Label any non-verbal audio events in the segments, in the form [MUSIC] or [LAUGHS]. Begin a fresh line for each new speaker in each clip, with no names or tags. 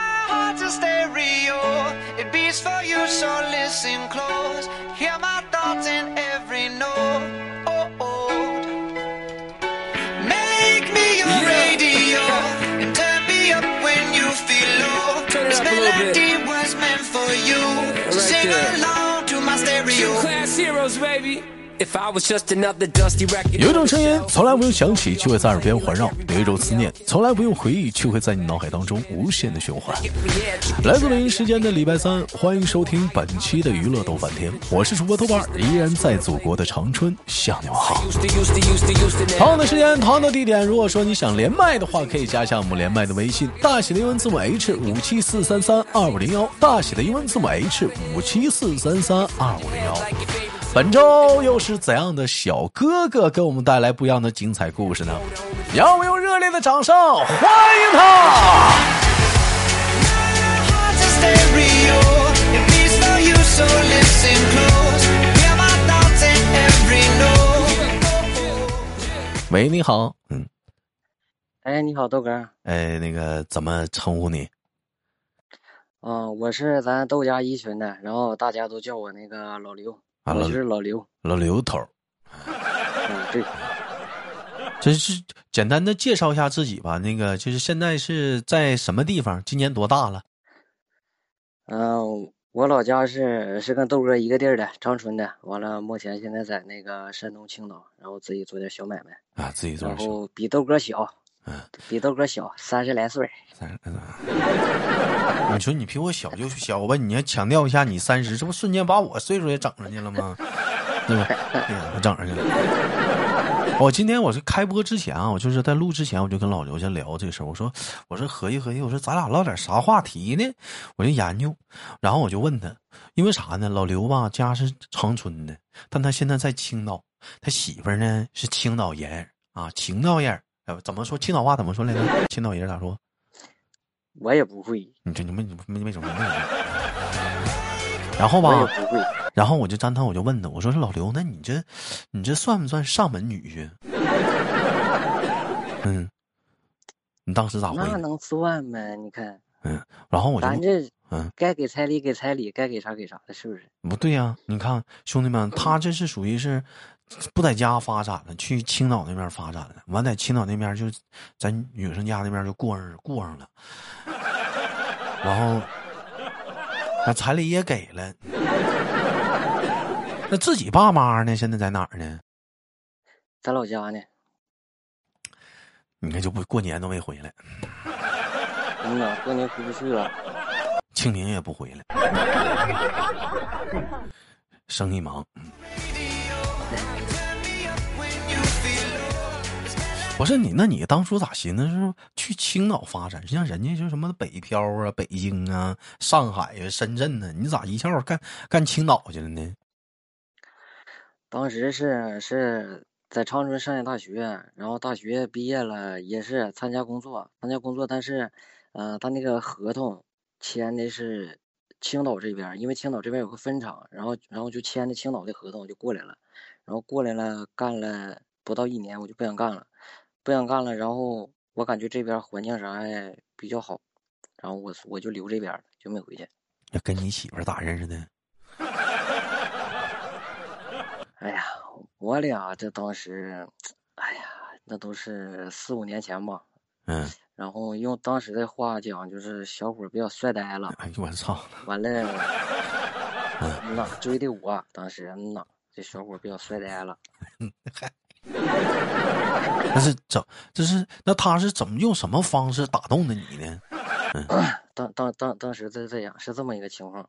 a stereo. It beats for you, so listen close. Hear my thoughts in every note. Oh, Make me your
Yeah.
radio and turn me up when you feel low.
Turn it
this
up a little bit.
melody was meant for you. so
right
sing
there.
along to my stereo.
Two class heroes, baby. If I was just another dusty record.
有一种声音从来不用想起，却会在耳边环绕；有一种思念从来不用回忆，却会在你脑海当中无限的循环。来自北京时间的礼拜三，欢迎收听本期的娱乐逗翻天，我是主播豆瓣儿，依然在祖国的长春向你们好。
Used to, used to, used to, used to.
同样的时间，同样的地点。如果说你想连麦的话，可以加一下我们连麦的微信，大写的英文字母 H 五七四三三二五零幺，大写的英文字母 H 五七四三三二五零幺。本周又是怎样的小哥哥给我们带来不一样的精彩故事呢？让我们用热烈的掌声欢迎他！
Heart's a stereo. It beats for you, so listen close. Hear my thoughts in every note.
喂，你好，嗯，
哎，你好，豆哥儿。
哎，那个怎么称呼你？
啊、我是咱豆家一群的，然后大家都叫我那个老刘，
啊
我
老
就是老刘。
老刘头儿，
嗯，对，
啊这是简单的介绍一下自己吧。那个就是现在是在什么地方？今年多大了？
嗯、我老家是是跟豆哥一个地儿的，长春的。完了，目前现在在那个山东青岛，然后自己做点小买卖，
啊，自己做
然
点事。
后比豆哥小，
嗯
比豆哥小三十来岁儿。
三十，嗯你说你比我小就小吧，你要强调一下你三十，这不瞬间把我岁数也整上去了吗？对吧？哎呀，我整上去了。我今天我是开播之前啊，我就是在录之前，我就跟老刘先聊这个事儿。我说，我说合计合计，我说咱俩唠点啥话题呢？我就研究，然后我就问他，因为啥呢？老刘吧，家是长春的，但他现在在青岛，他媳妇儿呢是青岛人啊，青岛人。哎，怎么说青岛话？怎么说来着？青岛人咋说？
我也不会，
你这你没你没没整明白。然后
我也
吧，
不会。
然后我就站他，我就问他，我说老刘，那你这你这算不算上门女婿？ [LAUGHS] 嗯，你当时咋回
那
的？
能算吗？你看，
嗯，然后我就
咱这
嗯
该给彩礼给彩礼，该给啥给啥的，是不是？
不对呀、你看兄弟们，他这是属于是不在家发展了，去青岛那边发展了，完在青岛那边就咱女生家那边就过上过上了，然后那彩礼也给了，那自己爸妈呢？现在在哪儿呢？
咱老家呢？
你看就不过年都没回来，
嗯呐，过年回不去了。
清明也不回来， [LAUGHS] 生意忙。不是你，那你当初咋寻思是去青岛发展？像人家就什么北漂啊、北京啊、上海啊、深圳呢、你咋一下干干青岛去了呢？
当时是是在长春上的大学，然后大学毕业了也是参加工作，参加工作，但是，呃，他那个合同签的是青岛这边儿，因为青岛这边有个分厂，然后然后就签的青岛的合同就过来了，然后过来了干了不到一年我就不想干了，不想干了，然后我感觉这边儿环境啥也比较好，然后我我就留这边儿了，就没回去。
那跟你媳妇儿咋认识的？
哎呀，我俩这当时，哎呀，那都是四五年前吧。
嗯，
然后用当时的话讲，就是小伙儿比较帅呆了。
哎呦我操！
完了，嗯呐，追的我当时，嗯呐，这小伙儿比较帅呆了。
那是怎？这是那他是怎么用什么方式打动的你呢？
当当当当时是这样，是这么一个情况。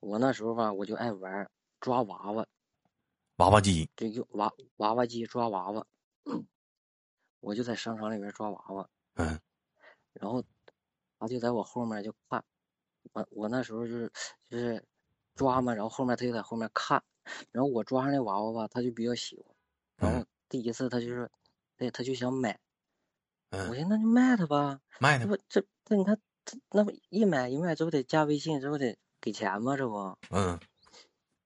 我那时候吧，我就爱玩儿抓娃娃，
娃娃机
就用娃娃娃机抓娃 [CLEARS THROAT] 娃。我就在商场里边抓娃娃，
嗯，
然后他就在我后面就看，我我那时候就是就是抓嘛，然后后面他就在后面看，然后我抓上那娃娃吧，他就比较喜欢，然
嗯
后第一次他就是，对，他就想买，我
嗯，
寻思那就卖他吧，
卖
这
的
不这这你看这那不一买一卖，这不得加微信，这不得给钱吗？这不，
嗯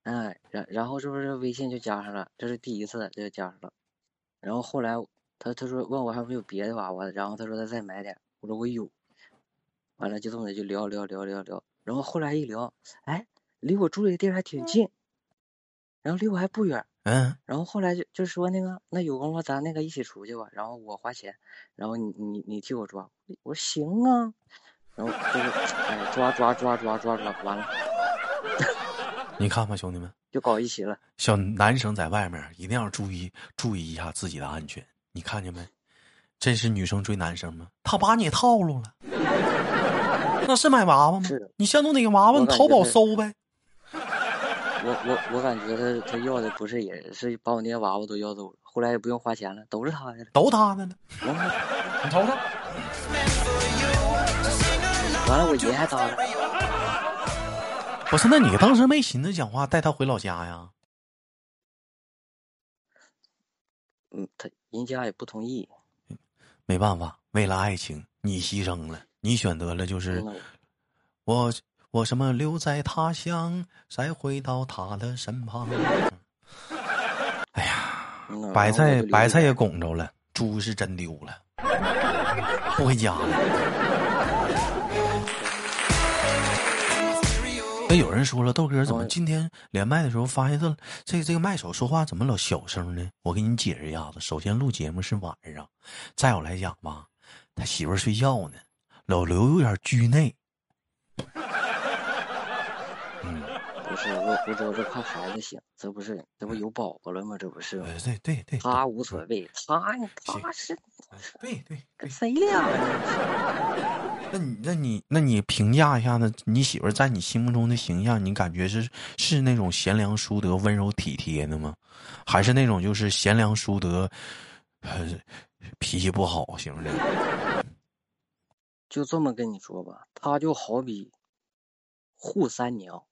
哎，然然后这不是微信就加上了，这是第一次这就加上了，然后后来他他说问我还有没有别的娃娃，然后他说他再买点儿，我说我有，完了就这么的就聊聊聊聊聊，然后后来一聊，哎，离我住的地儿还挺近，然后离我还不远，
嗯，
然后后来就就说那个，那有功夫咱那个一起出去吧，然后我花钱，然后你你你替我抓，我说行啊，然后就是哎抓抓抓抓抓抓，完了
你看吧，兄弟们，
就搞一起了。
小男生在外面一定要注意注意一下自己的安全。你看见没？真是女生追男生吗？他把你套路了，那是买娃娃吗
是的？
你相中哪个娃娃，
我
你
感
淘
觉
宝
是
搜呗。
我我我感觉他他要的不是人，是把我那些娃娃都要走了，后来也不用花钱了，都是他的了。
都他的呢。
完了
你瞅瞅，
完了，我爷还搭了，
不是？那你当时没寻思讲话带他回老家呀？
嗯，他人家也不同意，
没办法，为了爱情，你牺牲了，你选择了就是
真的我
我我什么留在他乡，再回到他的身旁。
嗯呐
白
然后
菜
我就离
白
了
菜也拱着了，猪是真丢了，不回家了。那哎有人说了，豆哥怎么
嗯
今天连麦的时候发现这这这个麦手说话怎么老小声呢？我给你解释一下子。首先录节目是晚上，再有来讲吧，他媳妇儿睡觉呢，老刘有点拘内。
不是我，我主要是怕孩子醒，这不是这不有宝宝了吗？这不是
呃，对对对，
嗯他无所谓，他他是
对对
跟谁俩呀？
那你那你那你评价一下呢？你媳妇儿在你心目中的形象，你感觉是是那种贤良淑德、温柔体贴的吗？还是那种就是贤良淑德，呃，脾气不好型的？
就这么跟你说吧，他就好比扈三娘，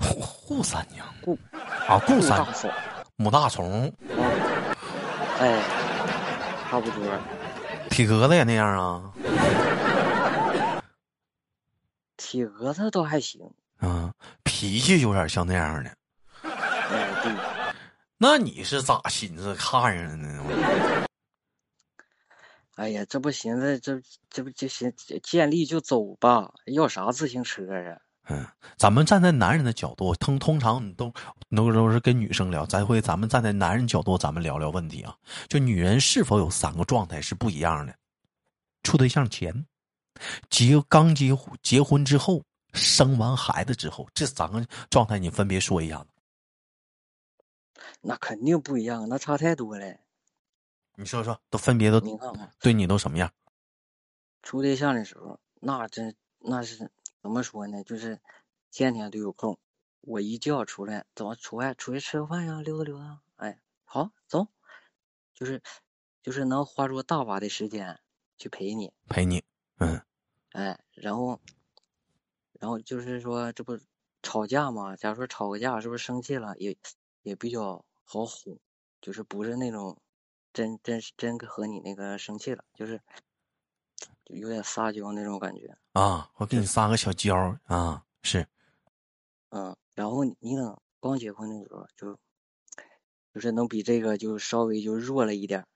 扈三娘
顾
啊，顾
顾
三
大嫂，
母大虫，
哎，差不多。
体格子也那样啊
体格子倒还行，
啊，脾气有点像那样的。
哎，对，
那你是咋寻思看上的呢？
哎呀，这不寻思这这不就寻见利就走吧，要啥自行车啊？
嗯，咱们站在男人的角度，通通常你都都都是跟女生聊，咱会咱们站在男人角度，咱们聊聊问题啊。就女人是否有三个状态是不一样的：处对象前、结刚结婚结婚之后、生完孩子之后，这三个状态你分别说一下子。
那肯定不一样，那差太多了。
你说说，都分别都
你看看，
对你都什么样？
处对象的时候，那真那是怎么说呢？就是天天都有空，我一觉出来，怎么出来出去吃个饭呀，溜达溜达，哎，好走，就是就是能花出大把的时间去陪你，
陪你，嗯
哎，然后，然后就是说，这不吵架嘛？假如说吵个架，是不是生气了也也比较好哄，就是不是那种真真是真和你那个生气了，就是就有点撒娇那种感觉，
啊，我给你撒个小娇儿啊，是
嗯。然后你等刚结婚的时候，就就是能比这个就稍微就弱了一点儿，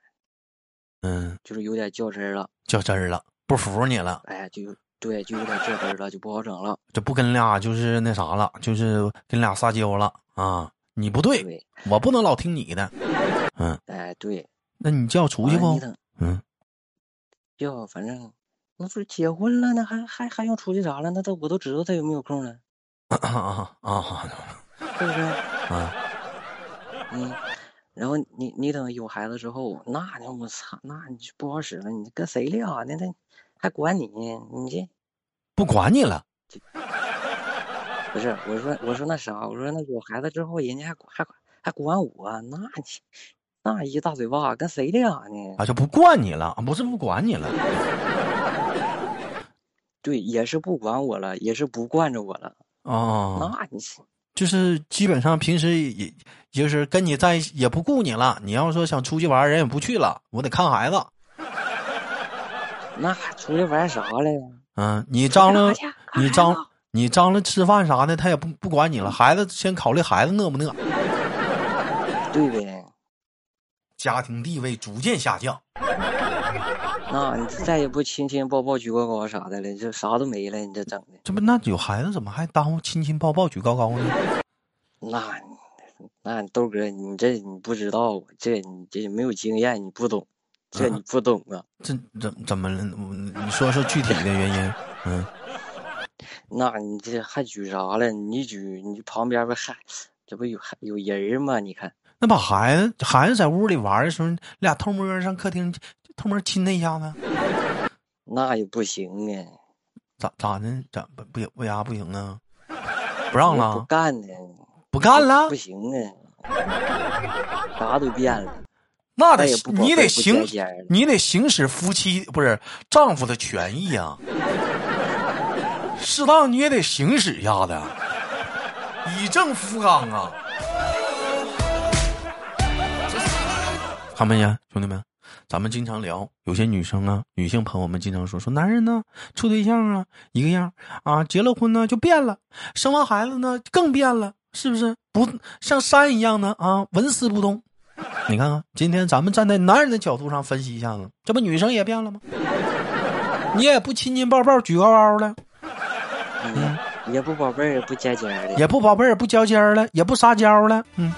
嗯，
就是有点较真儿了，
较真儿了，不服你了。
哎，就对，就有点较真儿了，就不好整了，
这不跟俩就是那啥了，就是跟俩撒娇了啊！你不对，
对，
我不能老听你的。嗯，
哎，对。
那你叫出去
完了
不
你？等。
嗯，
要反正那不是结婚了，那还还还用出去啥了？那都我都知道他有没有空了，
啊啊 [LAUGHS] 啊啊！
是不是？
啊，
嗯，然后你你等有孩子之后，那你我操，那你就不好使了，你跟谁聊？那那还管你？你这
不管你了，
不是？我说我说那啥，我说那有孩子之后，人家还管还管还管我？啊那你那一大嘴巴跟谁聊呢？
啊就不惯你了，啊不是不管你了，
对，也是不管我了，也是不惯着我了。
啊，
那你是
就是基本上平时也也就是跟你在一起也不顾你了。你要说想出去玩儿，人也不去了，我得看孩子。
那还出去玩啥了呀？
嗯，你张罗
出去干啥去，看
你
孩
张
子
你张罗吃饭啥的，他也不不管你了。孩子先考虑孩子饿不饿，
对呗。
家庭地位逐渐下降。
啊、那你再也不亲亲抱抱举高高啥的了，就啥都没了，你这整的，
这不那有孩子怎么还耽误亲亲抱抱举高高呢？ [LAUGHS]
那你那豆哥，你这你不知道啊，这你这没有经验，你不懂，这
嗯
你不懂啊。
这怎怎么了？嗯你说说具体的原因？嗯，
那你这还举啥了？你一举你旁边不还这不有还有人儿吗？你看，
那把孩子孩子在屋里玩的时候，你俩偷摸上客厅偷摸亲他一下子，
那也不行啊，
咋咋的？咋不不不呀不行啊？不让
我不
了？
干呢，
不干了
不？行啊，啥都变了。
那得
再也不保
你
护
得
不
行
加尖儿了，
你得行使夫妻不是丈夫的权益啊，适当你也得行使一下子，啊以正夫纲啊。看没见，兄弟们，咱们经常聊，有些女生啊，女性朋友们经常说说，男人呢处对象啊一个样啊，结了婚呢就变了，生完孩子呢更变了，是不是？不像山一样呢啊，纹丝不动。你看看，今天咱们站在男人的角度上分析一下子，这不女生也变了吗？你也不亲亲抱抱举高高了，
嗯，也不宝贝儿，也不尖尖儿的，
也不宝贝儿，也不交尖儿了，也不撒娇了，嗯，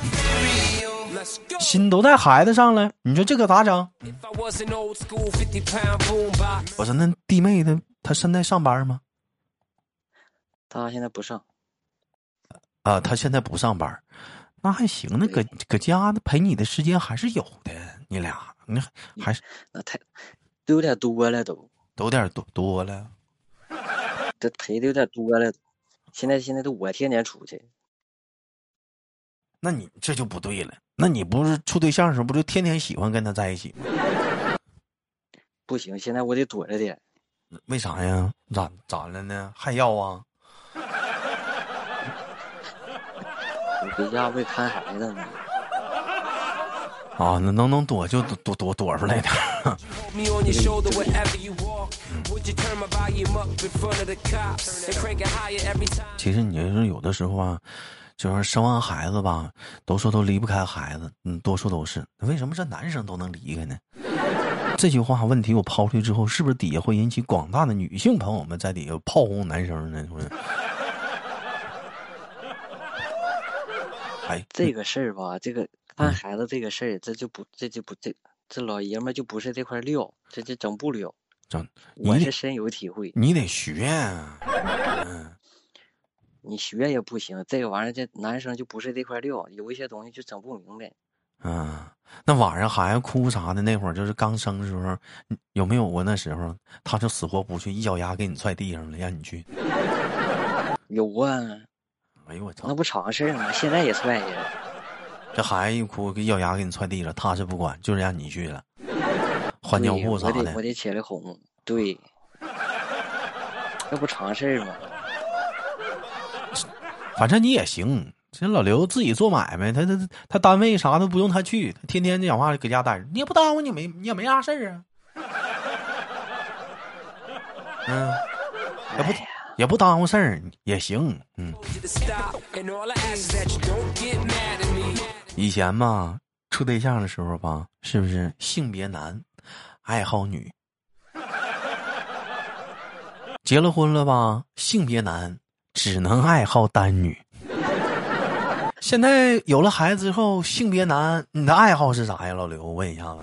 Let's go.
心都在孩子上了。你说这可咋整？
If I was an old school 50 pound boombox,
我说那弟妹她她现在上班吗？
他现在不上，
啊，她现在不上班，那还行，那搁搁家陪你的时间还是有的。你俩，你还还是
那太都有点多了都，
都有点多多了。
这陪的有点多了都。现在现在都我天天出去，
那你这就不对了。那你不是处对象的时候，不就天天喜欢跟他在一起吗？
不行，现在我得躲着点。
为啥呀？咋咋了呢？还要啊？
我回家为看孩子呢，
啊，那能能躲就躲躲躲躲出来点儿。 [LAUGHS]
hold me on your shoulder wherever you walk. Would you turn my volume up in front of the cops and crank it higher every time?
其实你就是有的时候啊，就是生完孩子吧，都说都离不开孩子，嗯，多数都是。为什么这男生都能离开呢？这句话问题我抛出去之后，是不是底下会引起广大的女性朋友们在底下炮轰男生呢？是 [LAUGHS] 不是？哎，
这个事儿吧，这
嗯
个看孩子这个事儿，这就不这就不这这老爷们儿就不是这块料，这这整不了。
整
我
你
是
得
深有体会，
你得学啊，
你学也不行，这个玩意儿这男生就不是这块料，有一些东西就整不明白。
啊，那晚上孩子哭啥的，那会儿就是刚生的时候，你有没有过那时候，他就死活不去，一脚丫给你踹地上了，让你去。
有啊，
哎呦我操
那！不常事儿吗？现在也踹呀，
这孩子一哭，给一脚丫给你踹地上，他是不管，就是让你去了，换尿
对
布啥
我得我
的。
得起来哄，对，这不常事儿吗？
反正你也行，这老刘自己做买卖，他他他单位啥都不用他去，他天天讲话搁家待着，你也不耽误你没你也没啥事儿啊。嗯，也
哎
不也不耽误事儿，也行，嗯。
Told you to stop, and all I ask is that you don't get mad at me.
以前吧，处对象的时候吧，是不是性别男，爱好女？结了婚了吧，性别男，只能爱好单女。现在有了孩子之后，性别男，你的爱好是啥呀，老刘？我问一下子。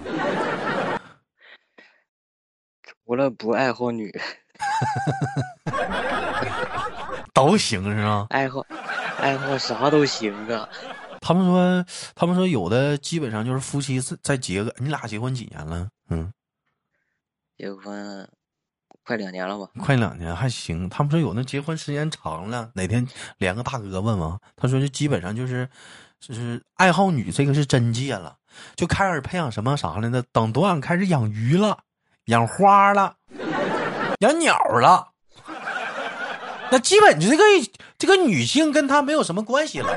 除了不爱好女， [LAUGHS]
都行是吗？
爱好爱好啥都行啊。
他们说，他们说有的基本上就是夫妻再再结个，你俩结婚几年了？嗯，
结婚快两年了吧？
快两年还行。他们说有那结婚时间长了，哪天连个大哥问问，他说就基本上就是，就是爱好女这个是真戒了，就开始培养什么啥了呢？等多晚开始养鱼了，养花了，养鸟了。那基本就这个这个女性跟他没有什么关系了，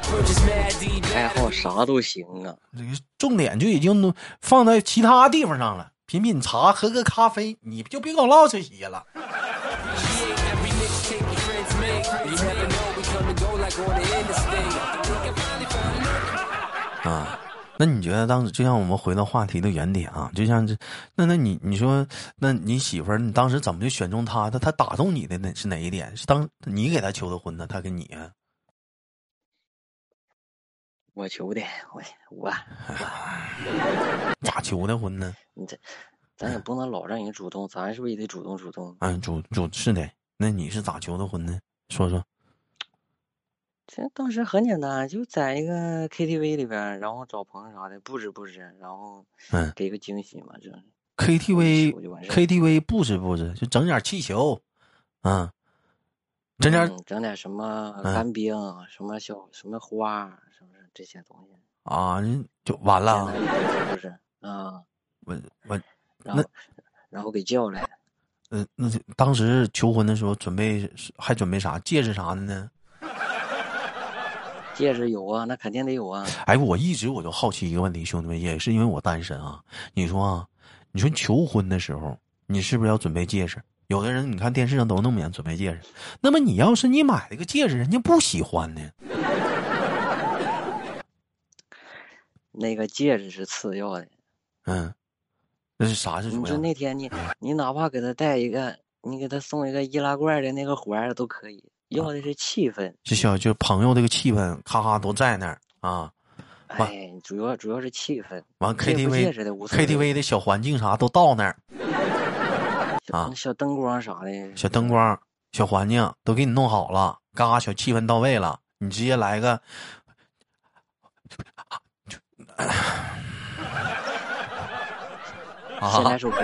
Purchase mad D
爱好啥都行啊。
这个重点就已经都放在其他地方上了。品品茶，喝个咖啡，你就别给我唠这些了。
Appreciate every mixtape your friends make. You never know, we come and go like on the interstate. I think I finally found
啊，那你觉得当时就像我们回到话题的原点啊，就像这，那那你你说，那你媳妇儿你当时怎么就选中她的？她打动你的那是哪一点？是当你给她求的婚呢？她跟你啊？
我求的，我我
咋求的婚呢？
你这，咱也不能老让人主动，咱是不是也得主动主动？
啊，主主是的，那你是咋求的婚呢？说说，
这当时很简单，就在一个 KTV 里边儿，然后找朋友啥的布置布置，然后 [LAUGHS]
嗯
给个惊喜嘛，这是
，KTV
我就完事儿
KTV 布置布置，就整点气球，啊，整点、
嗯整点什么
嗯
干冰，什么小什么花，是不是这些东西？
啊，就完了。
简单一点就是啊，
我我
然后然后给叫来，
嗯，那就当时求婚的时候，准备还准备啥戒指啥的呢？
戒指有啊，那肯定得有啊。
哎，我一直我就好奇一个问题，兄弟们，也是因为我单身啊。你说啊，你说求婚的时候，你是不是要准备戒指？有的人你看电视上都那么演准备戒指，那么你要是你买了个戒指，人家不喜欢呢，
那个戒指是次要的，
嗯，那是啥是什
你
么
说
样的？
那天你你哪怕给他带一个，你给他送一个易拉罐的那个环儿都可以，要的是气氛。
就小就朋友这个气氛，咔咔都在那儿啊。哇
哎，主要主要是气氛。
完
戒不戒指的
KTV
无所谓
KTV 的小环境啥都到那儿，啊
小小灯光啥的，
小灯光、小环境都给你弄好了，嘎嘎小气氛到位了，你直接来
[LAUGHS]
个
先
啊
来首歌，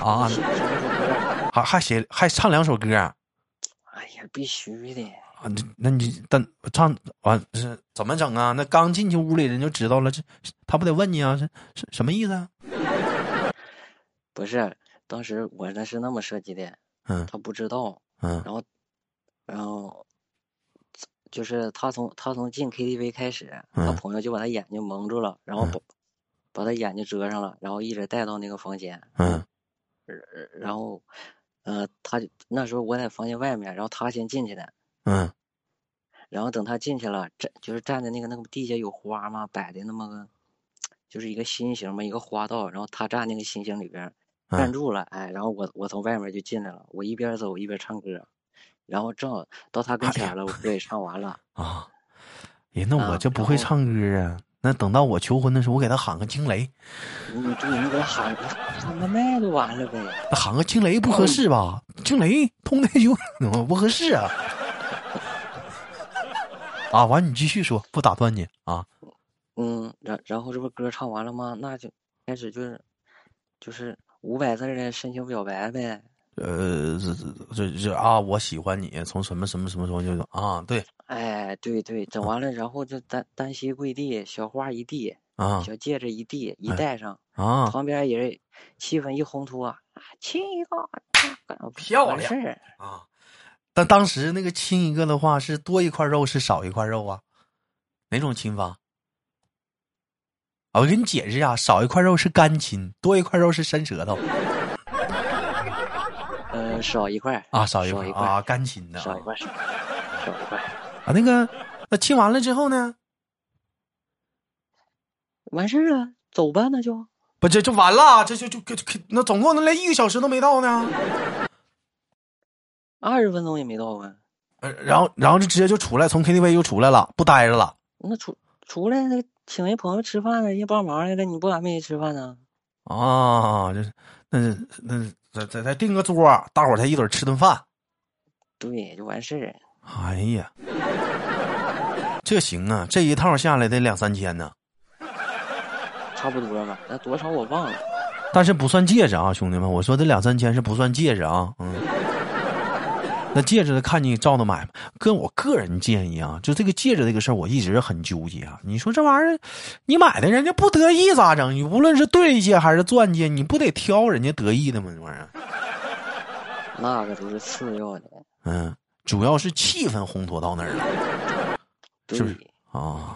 啊，
先来首歌。
还还写还唱两首歌啊？
哎呀，必须的，
这那你但唱完是怎么整啊？那刚进去屋里人就知道了，这他不得问你啊？是是什么意思啊？
不是当时我那是那么设计的，
嗯
他不知道，
嗯
然后然后就是他从他从进 KTV 开始，他
嗯
朋友就把他眼睛蒙住了，然后
嗯
把、把他眼睛遮上了，然后一直带到那个房间，
嗯
然后呃，他就那时候我在房间外面，然后他先进去的，
嗯
然后等他进去了，站就是站在那个那个地下有花嘛，摆的那么个，就是一个心形嘛，一个花道，然后他站那个心形里边儿站
嗯
住了，哎，然后我我从外面就进来了，我一边走一边唱歌，然后正好到他跟
哎
前
呀
儿了，我歌也唱完了，
啊！哎，那我
啊
这不
然
会
后
唱歌啊？那等到我求婚的时候，我给他喊个惊雷，
你
嗯
你对你给我喊你喊个麦就完了呗，
那喊个惊雷不合适吧？惊雷通太 [LAUGHS] 久不合适啊！啊，完你继续说，不打断你啊。
嗯，然然后这不歌唱完了吗？那就开始就是就是五百字儿的深情表白呗，
呃，这这这这啊，我喜欢你，从什么什么什么时候就啊，对
哎，对对，整完了，然后就单单膝跪地，小花一地。
啊
小戒指一递一
哎
戴上，
啊，
旁边也是气氛一烘托啊，亲一个，
漂
完
亮
事儿
啊！但当时那个亲一个的话，是多一块肉是少一块肉啊？哪种亲法？啊，我给你解释一下，少一块肉是干亲，多一块肉是伸舌头
呃，少一块儿
啊，少一
少
块
一块
啊，
儿，
干亲的啊
少一块儿，少一块儿少一块儿，
啊。那个，那亲完了之后呢？
完事儿了，走吧，那就
不，这就完了，这就就就就那总共那连一个小时都没到呢。
二十分钟也没到啊，
呃然后然后就直接就出来，从 KTV 就出来了，不待着了。
那出出来那请人朋友吃饭，人家帮忙来了，你不俺没吃饭呢？
啊，这是那是那是再再再订个桌儿，大伙儿才一准儿吃顿饭。
对，就完事儿。
哎呀，这行啊，这一套下来得两三千呢，
差不多吧，那多少我忘了。
但是不算戒指啊，兄弟们，我说这两三千是不算戒指啊，嗯。那戒指的看你照着买吧。跟我个人建议啊，就这个戒指这个事儿，我一直很纠结啊。你说这玩意儿，你买的人家不得意咋整？你无论是对戒还是钻戒，你不得挑人家得意的吗？这玩意儿。
那个都是次要的，
嗯，主要是气氛烘托到那儿了
对，
是不是啊，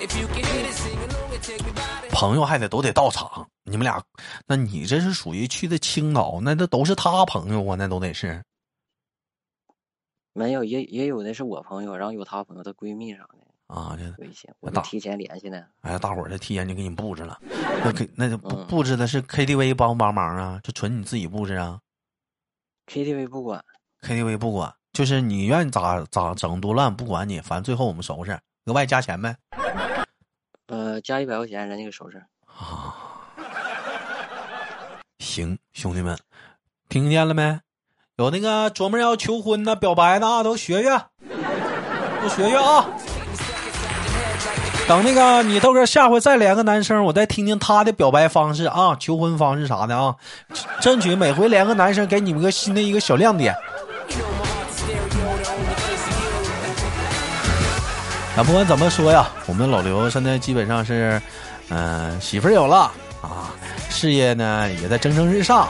If you can hit it, sing along and take me by the
朋友还得都得到场。你们俩，那你这是属于去的青岛，那这都是他朋友啊，那都得是
没有也也有的是我朋友，然后有她朋友的闺蜜啥的，
啊，这
微信，我
大
都提前联系呢。
哎呀，大伙儿这提前就给你布置了，那给那就布
嗯
布置的是 KTV 帮不帮忙啊？就纯你自己布置啊
KTV 不管，
？KTV 不管，就是你愿意咋咋整多乱不管你，反正最后我们收拾，额外加钱呗。
呃，加一百块钱，人家给收拾。
行，兄弟们，听见了没？有那个琢磨要求婚的、表白的啊，都学学，都学学啊！等那个你豆哥下回再连个男生，我再听听他的表白方式啊、求婚方式啥的啊，争取每回连个男生给你们个新的一个小亮点。那不管怎么说呀，我们老刘现在基本上是，嗯、媳妇儿有了啊，事业呢也在蒸蒸日上，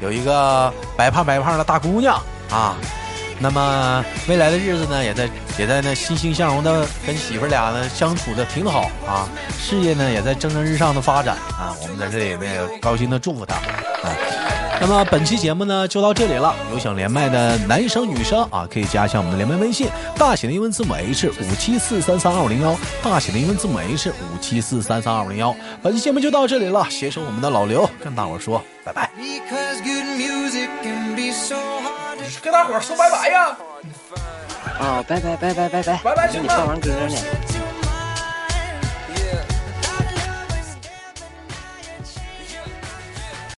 有一个白胖白胖的大姑娘啊，那么未来的日子呢，也在也在那欣欣向荣的跟媳妇儿俩呢相处的挺好啊，事业呢也在蒸蒸日上的发展啊，我们在这里呢也高兴的祝福她啊。那么本期节目呢就到这里了。有想连麦的男生女生啊，可以加一下我们的连麦微信，大写的英文字母 H 五七四三三二五零幺，大写的英文字母 H 五七四三三二五零幺。本期节目就到这里了，携手我们的老刘跟大伙儿说拜拜。
Because good music can be so hard to
跟大伙儿说拜拜呀，
啊、拜拜拜拜拜拜，
拜拜
给
兄
你
弟
放完歌呢。
find.